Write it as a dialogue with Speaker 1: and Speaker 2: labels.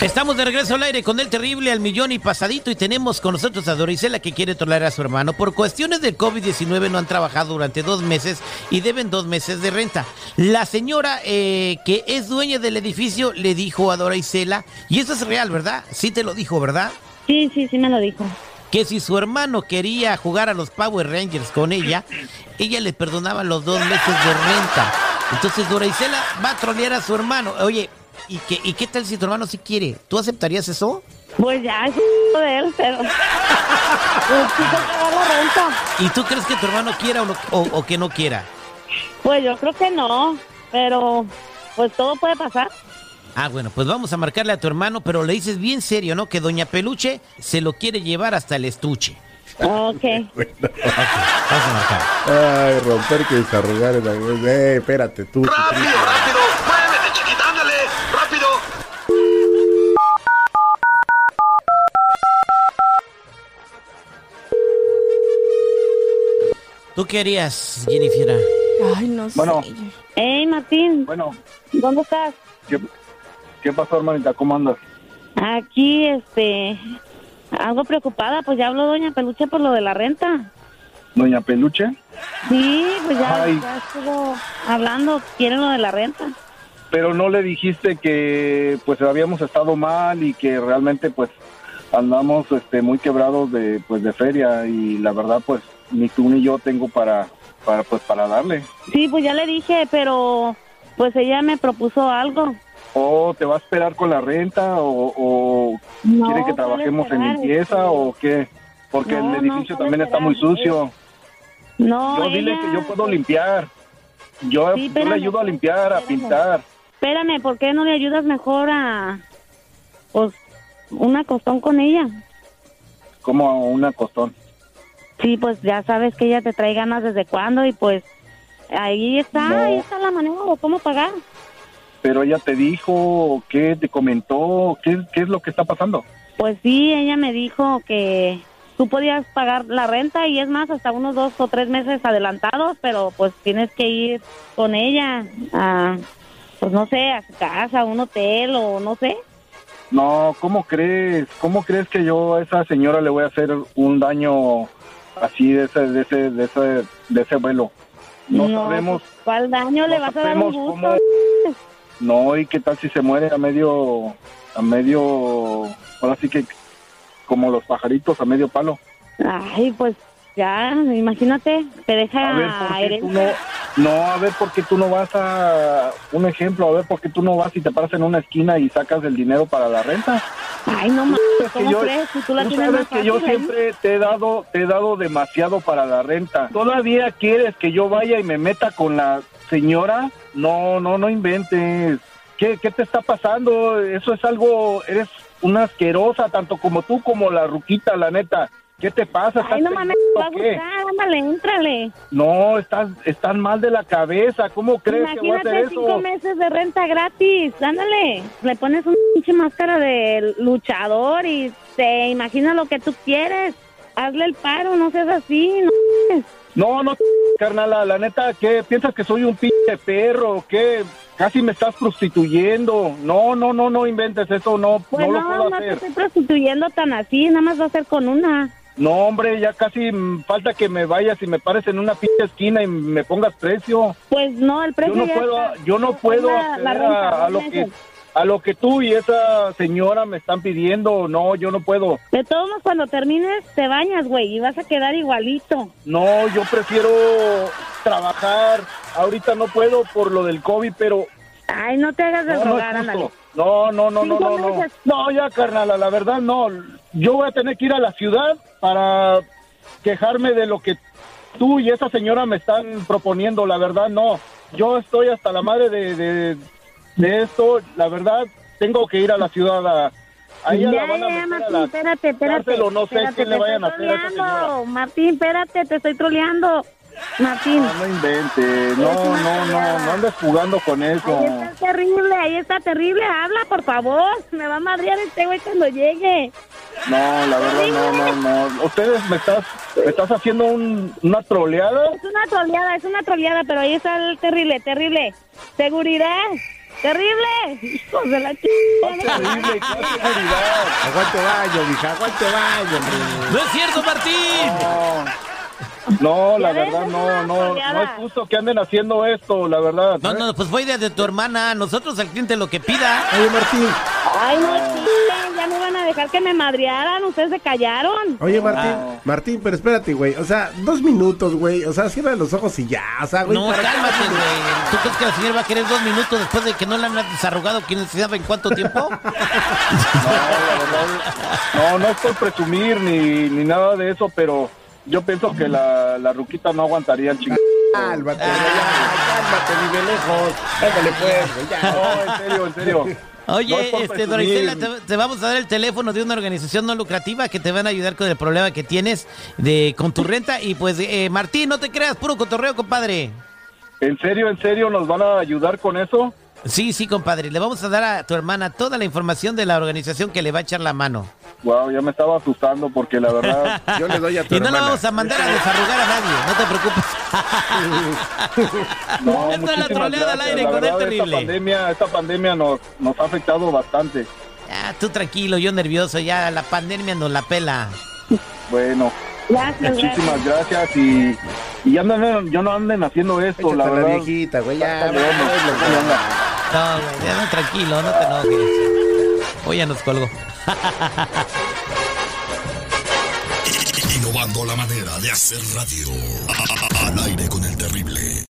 Speaker 1: Estamos de regreso al aire con el terrible al millón y pasadito y tenemos con nosotros a Dorisela que quiere trolear a su hermano. Por cuestiones del COVID-19 no han trabajado durante dos meses y deben dos meses de renta. La señora eh, que es dueña del edificio le dijo a Dorisela, y eso es real, ¿verdad? Sí te lo dijo, ¿verdad?
Speaker 2: Sí, sí, sí me lo dijo.
Speaker 1: Que si su hermano quería jugar a los Power Rangers con ella, ella le perdonaba los dos meses de renta. Entonces Dorisela va a trolear a su hermano. Oye, ¿Y qué, ¿Y qué tal si tu hermano sí quiere? ¿Tú aceptarías eso?
Speaker 2: Pues ya, es un de él, pero. Pues sí que pagar la renta.
Speaker 1: ¿Y tú crees que tu hermano quiera o, no- o- o que no quiera?
Speaker 2: Pues yo creo que no, pero. Pues todo puede pasar.
Speaker 1: Ah, bueno, pues vamos a marcarle a tu hermano, pero le dices bien serio, ¿no? Que Doña Peluche se lo quiere llevar hasta el estuche.
Speaker 2: Ok.
Speaker 1: Vamos a marcar.
Speaker 3: Ay, romper que desarrollar en la Eh, espérate, tú.
Speaker 4: ¡Rápido, rápido! ¡Muévete, chiquita! ¡Ándale! ¡Rápido!
Speaker 1: ¿Tú qué harías, Jennifer?
Speaker 5: Ay, no sé.
Speaker 6: Bueno.
Speaker 2: Hey, Martín,
Speaker 6: Bueno,
Speaker 2: ¿dónde estás?
Speaker 6: ¿qué, qué pasó, hermanita? ¿Cómo andas?
Speaker 2: Aquí, este. Algo preocupada, pues ya habló Doña Peluche por lo de la renta.
Speaker 6: ¿Doña Peluche?
Speaker 2: Sí, pues ya,
Speaker 6: Ay.
Speaker 2: ya estuvo hablando, quieren lo de la renta.
Speaker 6: Pero no le dijiste que pues habíamos estado mal y que realmente pues andamos este muy quebrados de pues de feria y la verdad pues ni tú ni yo tengo para para pues para darle.
Speaker 2: Sí, pues ya le dije, pero. Pues ella me propuso algo.
Speaker 6: ¿O te va a esperar con la renta o, o
Speaker 2: No, pues
Speaker 6: quiere que
Speaker 2: ¿cuál
Speaker 6: trabajemos en
Speaker 2: esperar?
Speaker 6: limpieza o qué? Porque
Speaker 2: No,
Speaker 6: el
Speaker 2: no,
Speaker 6: edificio
Speaker 2: ¿cuál
Speaker 6: también está muy
Speaker 2: esperar?
Speaker 6: sucio.
Speaker 2: No,
Speaker 6: yo dile
Speaker 2: ella-
Speaker 6: que yo puedo limpiar. Yo,
Speaker 2: Sí,
Speaker 6: yo
Speaker 2: espérame,
Speaker 6: le ayudo a limpiar, a
Speaker 2: espérame.
Speaker 6: pintar.
Speaker 2: Espérame, ¿por qué no le ayudas mejor a. Pues, una costón con ella?
Speaker 6: como una costón.
Speaker 2: Sí, pues ya sabes que ella te trae ganas desde cuándo y pues. Ahí está,
Speaker 6: No.
Speaker 2: ahí está la manera de cómo pagar.
Speaker 6: Pero ella te dijo, ¿qué te comentó? ¿Qué, qué es lo que está pasando?
Speaker 2: Pues sí, ella me dijo que tú podías pagar la renta y es más, hasta unos dos o tres meses adelantados, pero pues tienes que ir con ella a. Pues no sé, a su casa, a un hotel o no sé.
Speaker 6: No, ¿cómo crees? ¿Cómo crees que yo a esa señora le voy a hacer un daño así de ese, de ese, de ese, de ese vuelo? No, sabemos,
Speaker 2: pues, ¿Cuál daño le
Speaker 6: no
Speaker 2: vas a dar un
Speaker 6: sabemos
Speaker 2: gusto?
Speaker 6: cómo- no, y qué tal si se muere a medio, a medio, ahora sí que como los pajaritos a medio palo.
Speaker 2: Ay, pues ya, imagínate, te deja
Speaker 6: A ver por qué tú no,
Speaker 2: herencia.
Speaker 6: no, a ver por qué tú no vas a, un ejemplo, a ver por qué tú no vas y te paras en una esquina y sacas el dinero para la renta.
Speaker 2: Ay, no mames,
Speaker 6: sabes que
Speaker 2: ¿cómo
Speaker 6: yo-
Speaker 2: crees? Si tú la
Speaker 6: Tú
Speaker 2: tienes
Speaker 6: sabes
Speaker 2: más
Speaker 6: que yo
Speaker 2: fácil ahí.
Speaker 6: siempre te he dado te he dado demasiado para la renta. ¿Todavía quieres que yo vaya y me meta con la señora? No, no, no inventes. ¿Qué, qué te está pasando? Eso es algo, eres una asquerosa, tanto como tú como la ruquita, la neta. ¿Qué te pasa?
Speaker 2: Ay, no
Speaker 6: ¿Estás
Speaker 2: mames, te
Speaker 6: pendejo
Speaker 2: va a
Speaker 6: o qué?
Speaker 2: gustar, ándale, éntrale.
Speaker 6: No, estás, estás mal de la cabeza. ¿Cómo crees que voy a hacer
Speaker 2: Imagínate cinco
Speaker 6: eso?
Speaker 2: meses de renta gratis, ándale. Le pones una pinche máscara de luchador y te imaginas lo que tú quieres. Hazle el paro, no seas así, no mames.
Speaker 6: No, no, carnala, la neta, ¿qué? ¿Piensas que soy un pinche perro? ¿Qué? Casi me estás prostituyendo. No, no, no, no inventes eso, no,
Speaker 2: Pues
Speaker 6: no
Speaker 2: no,
Speaker 6: lo puedo
Speaker 2: no te
Speaker 6: hacer.
Speaker 2: estoy prostituyendo tan así, nada más va a ser con una.
Speaker 6: No, hombre, ya casi mm, falta que me vayas y me pares en una pinche esquina y me pongas precio.
Speaker 2: Pues no, el precio
Speaker 6: Yo no
Speaker 2: ya
Speaker 6: puedo,
Speaker 2: está.
Speaker 6: yo no
Speaker 2: Es
Speaker 6: puedo
Speaker 2: la- la
Speaker 6: acceder
Speaker 2: renta,
Speaker 6: a, a
Speaker 2: dos
Speaker 6: lo que
Speaker 2: meses.
Speaker 6: a lo que tú y esa señora me están pidiendo. No, yo no puedo.
Speaker 2: De todos modos, cuando termines, te bañas, güey, y vas a quedar igualito.
Speaker 6: No, yo prefiero trabajar. Ahorita no puedo por lo del COVID, pero
Speaker 2: Ay, no te hagas de
Speaker 6: No, no, es
Speaker 2: rogar,
Speaker 6: justo.
Speaker 2: ándale.
Speaker 6: no, no, no, no, no,
Speaker 2: Cinco
Speaker 6: no.
Speaker 2: meses.
Speaker 6: No, ya, carnal, la verdad no. Yo voy a tener que ir a la ciudad para quejarme de lo que tú y esa señora me están proponiendo, la verdad no. Yo estoy hasta la madre de, de, de esto, la verdad tengo que ir a la ciudad a, A ella la
Speaker 2: Ya,
Speaker 6: van a
Speaker 2: ya, ya,
Speaker 6: meter a
Speaker 2: Martín,
Speaker 6: la
Speaker 2: espérate, espérate.
Speaker 6: cárcel o no sé
Speaker 2: espérate,
Speaker 6: qué le
Speaker 2: te
Speaker 6: vayan a
Speaker 2: estoy
Speaker 6: hacer a esa señora.
Speaker 2: troleando. Martín, espérate, te estoy troleando. Martín,
Speaker 6: No, no inventes, no, no, no, no andes jugando con eso.
Speaker 2: ahí está terrible, ahí está terrible. Habla, por favor. Me va a madrear este güey cuando llegue.
Speaker 6: No, la verdad, no, no, no. Ustedes me estás, me estás haciendo un- una troleada.
Speaker 2: Es una troleada, es una troleada, pero ahí está el terrible, terrible. Seguridad, terrible. Hijos de la chingada.
Speaker 6: Terrible, qué seguridad.
Speaker 3: Aguante baño, mija, aguante baño, hombre.
Speaker 1: No es cierto, Martín.
Speaker 6: No, la
Speaker 2: Ya ves,
Speaker 6: verdad,
Speaker 2: es
Speaker 6: no,
Speaker 2: una
Speaker 6: no, no
Speaker 2: troleada.
Speaker 6: es justo que anden haciendo esto, la verdad.
Speaker 1: No, no, pues fue idea de tu hermana. Nosotros al cliente lo que pida.
Speaker 3: Oye, Martín,
Speaker 2: Ay, no chinguen, ya no van a dejar que me madrearan. Ustedes se callaron.
Speaker 3: oye, Martín, Martín, pero espérate, güey. O sea, dos minutos, güey. O sea, cierra los ojos y ya, o sea, güey.
Speaker 1: No,
Speaker 3: ¿para qué?
Speaker 1: cálmate, güey. ¿Tú crees que la señora va a querer dos minutos después de que no la han desarrugado quién sabe en cuánto tiempo?
Speaker 6: No, la verdad, no, no es por presumir ni, ni nada de eso, pero yo pienso que la, la ruquita no aguantaría el chingón.
Speaker 3: Cálmate, güey, ya,
Speaker 1: Ah.
Speaker 3: cálmate, vive lejos. Ándale, pues, güey, ya.
Speaker 6: No, en serio, en serio. No es
Speaker 1: Oye,
Speaker 6: por
Speaker 1: este,
Speaker 6: presumir.
Speaker 1: Dorisela, te, te vamos a dar el teléfono de una organización no lucrativa que te van a ayudar con el problema que tienes de con tu renta. Y pues, eh, Martín, no te creas, puro cotorreo, compadre.
Speaker 6: ¿En serio, en serio nos van a ayudar con eso?
Speaker 1: Sí, sí, compadre. Le vamos a dar a tu hermana toda la información de la organización que le va a echar la mano.
Speaker 6: Wow, ya me estaba asustando porque la verdad...
Speaker 3: Yo le doy a tu
Speaker 1: Y no la
Speaker 3: hermana.
Speaker 1: vamos a mandar a desarrugar a nadie, no te preocupes.
Speaker 6: No,
Speaker 1: Anda la
Speaker 6: muchísimas
Speaker 1: troleada al
Speaker 6: gracias.
Speaker 1: aire
Speaker 6: La
Speaker 1: con el
Speaker 6: verdad,
Speaker 1: terrible.
Speaker 6: Esta pandemia, esta pandemia nos, nos ha afectado bastante.
Speaker 1: Ah, tú tranquilo, yo nervioso, ya la pandemia nos la pela.
Speaker 6: Bueno,
Speaker 2: Gracias, gracias.
Speaker 6: muchísimas gracias y, y ya no, ya no anden haciendo esto,
Speaker 3: Échate
Speaker 6: la
Speaker 3: a la
Speaker 6: verdad.
Speaker 3: viejita, güey, ya.
Speaker 6: Ándale, vamos,
Speaker 3: vamos,
Speaker 6: ándale,
Speaker 3: vamos.
Speaker 6: anda.
Speaker 1: No, güey, ya no, tranquilo, no te enojes. Hoy ya nos colgó.
Speaker 7: Innovando la manera de hacer radio. Al aire con el terrible.